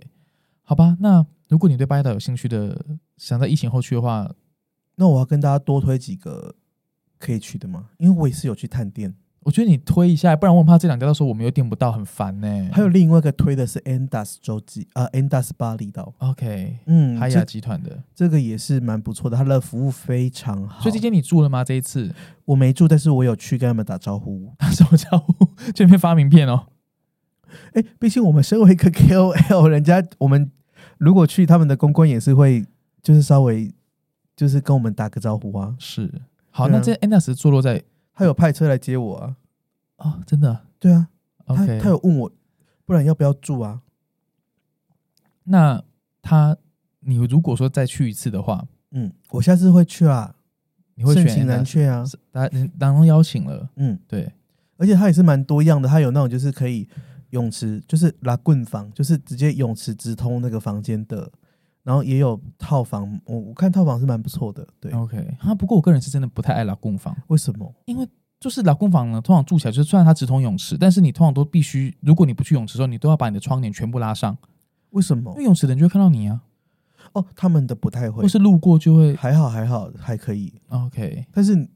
好吧，那如果你对巴厘岛有兴趣的，想在疫情后去的话，那我要跟大家多推几个可以去的吗？因为我也是有去探店，我觉得你推一下，不然我很怕这两家到时候我们又订不到，很烦呢、还有另外一个推的是 Andas 洲际啊、呃、，Andas 巴厘岛， OK，嗯，海雅这集团的，这个也是蛮不错的，它的服务非常好。所以这间你住了吗？这一次我没住，但是我有去跟他们打招呼。打手招呼， [LAUGHS] 这边发名片哦。哎，毕竟我们身为一个 KOL，人家我们如果去他们的公关也是会，就是稍微就是跟我们打个招呼啊。是，好，对啊那这 Andas 坐落在他有派车来接我啊，哦，真的对啊，他 OK，他有问我，不然要不要住啊？那他你如果说再去一次的话，嗯，我下次会去啊，你会盛选情难 Andas 却啊，是大家当中邀请了，嗯，对，而且它也是蛮多样的，它有那种就是可以泳池，就是拉棍房，就是直接泳池直通那个房间的，然后也有套房，我我看套房是蛮不错的，对， OK，哈，不过我个人是真的不太爱老公房，为什么？因为就是老公房呢，通常住起来就是虽然它直通泳池，但是你通常都必须，如果你不去泳池的时候，你都要把你的窗帘全部拉上，为什因么为？泳池的人就会看到你啊，哦，他们的不太会或，是路过就会还好还好还可以， OK，但是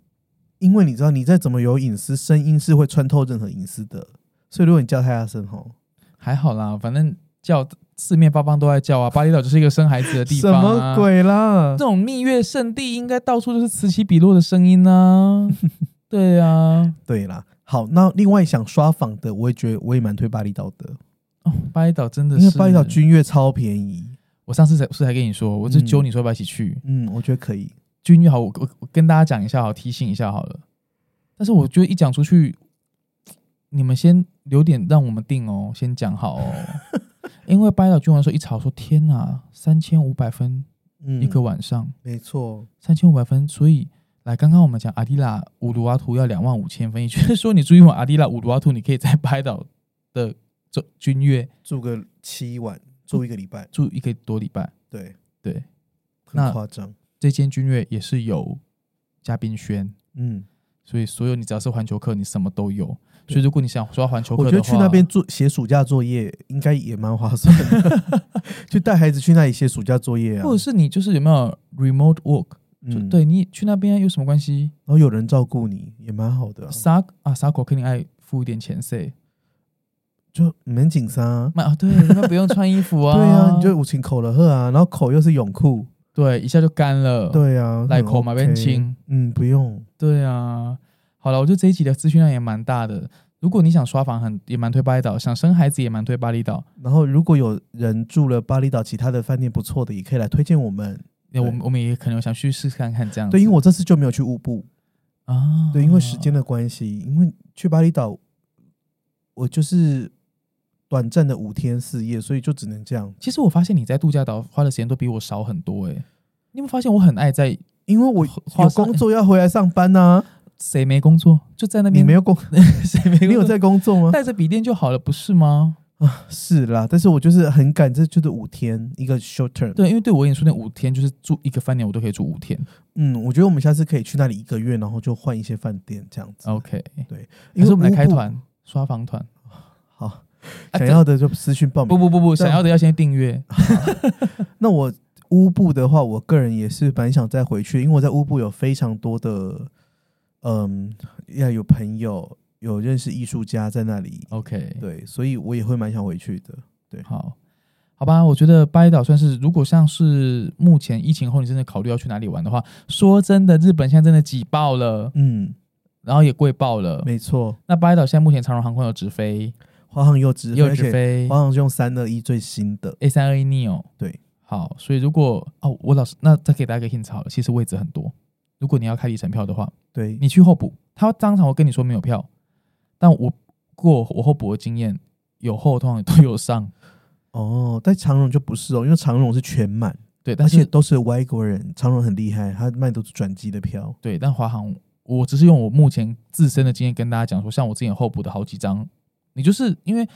因为你知道，你再怎么有隐私，声音是会穿透任何隐私的，所以如果你叫太大声吼，还好啦，反正叫四面八方都在叫啊，巴厘岛就是一个生孩子的地什方、啊，么？鬼啦这？种蜜月圣地应该到处都是此起彼落的声 [LAUGHS] 音啊，对啊，对啦，好，那另外想刷房的，我也觉得我也蛮推巴厘岛的，哦，巴厘岛真的因是，为巴厘岛君悦超便宜。我上次才不是才跟你说，我就嗯揪你说要不要一起去，嗯，我觉得可以。君越好，我我我跟大家讲一下好，提醒一下好了。但是我觉得一讲出去，你们先留点让我们定哦，先讲好 [LAUGHS] 哦。因为拜岛君王说一吵说天哪，三千五百分嗯，一个晚上，没错，三千五百分，所以来刚刚我们讲阿迪拉五卢瓦图要两万五千分，也就是说你住一晚阿迪拉五卢瓦图，你可以在拜岛的这君越住个七晚，住一个礼拜，住一个多礼拜。对，对，那很夸张。这间君越也是有嘉宾轩，嗯，所以所有你只要是环球客，你什么都有。对所以如果你想说环球客我的觉话，得去那边做写暑假作业应该也蛮划算的， [LAUGHS] 就带孩子去那里写暑假作业啊，或者是你就是有没有 remote work，、就嗯，对你去那边有什么关系？然后有人照顾你也蛮好的啊、沙啊沙狗肯定爱付一点钱噻，就门紧衫啊，那啊 [LAUGHS] 对，那边不用穿衣服啊，对啊，你就五情口了喝啊，然后口又是泳裤，对一下就干了，对啊，嗯来很口嘛变 OK 轻，嗯，不用，对啊。好了，我觉得这一集的资讯量也蛮大的。如果你想刷房很，也蛮推巴厘岛；想生孩子，也蛮推巴厘岛。然后如果有人住了巴厘岛其他的饭店不错的，也可以来推荐我们。那我们我们也可能想去试试看看这样子。对，因为我这次就没有去乌布，我啊，对，因为时间的关系，因为去巴厘岛，我就是短暂的五天四夜，所以就只能这样。其实我发现你在度假岛花的时间都比我少很多诶、欸你有没有发现我很爱在因为我 [LAUGHS] 花有上工作要回来上班 [LAUGHS] 呐、谁没工作就在那你边 [LAUGHS] 没有工，谁没工作你有在工作吗？带着笔电就好了，不是吗？是啦，但是我就是很赶，这就是五天一个 short term。，对，因为对我而言说那五天就是住一个饭店，我都可以住五天。嗯，我觉得我们下次可以去那里一个月，然后就换一些饭店这样子。 OK，因可为啊是我们来乌开布，团刷房团，好，啊想这要啊的就私讯报名。不不不不，这想样要的要先 [LAUGHS] 订阅。那我乌布的话，我个人也是蛮想再回去，因为我在乌布有非常多的，嗯，要有朋友，有认识艺术家在那里， OK，对，所以我也会蛮想回去的。好，好吧，我觉得巴厘岛算是，如果像是目前疫情后你真的考虑要去哪里玩的话，说真的，日本现在真的挤爆了，嗯，然后也贵爆了。没错，那巴厘岛现在目前长荣航空有直飞，花行又直也飞，有而直且飞花行是用三二一最新的， A 三二一 neo。对，好，所以如果哦，我老师那再给大家一个 hint 好了，其实位置很多。如果你要开里程票的话，对，你去候补，他当场会跟你说没有票，但我过我候补的经验，有候通常都有上，哦，但长荣就不是哦，因为长荣是全满，对，但而且是都是外国人，长荣很厉害，他卖都是转机的票，对，但华航我只是用我目前自身的经验跟大家讲说，像我之前候补的好几张，你就是因为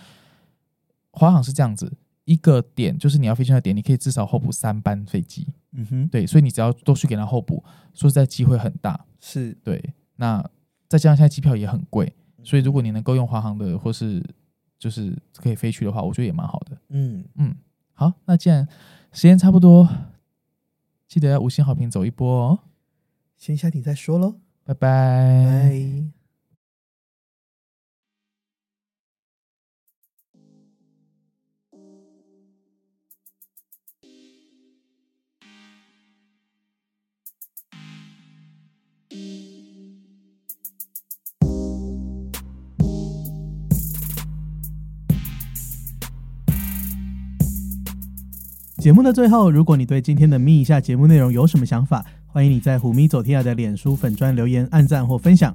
华航是这样子，一个点就是你要飞去的点，你可以至少候补三班飞机，嗯哼，对，所以你只要都去给他候补，说实在机会很大，是，对，那再加上现在机票也很贵，嗯所以如果你能够用华航的或是就是可以飞去的话，我觉得也蛮好的。嗯，好，那既然时间差不多，记得要五星好评走一波哦，先下停再说喽，拜拜。拜。节目的最后，如果你对今天的咪一下节目内容有什么想法，欢迎你在虎咪走天涯的脸书粉砖留言、按赞或分享。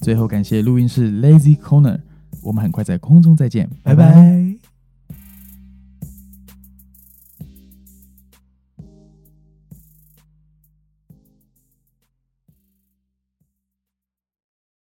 最后感谢录音室 Lazy Corner，我们很快在空中再见，拜拜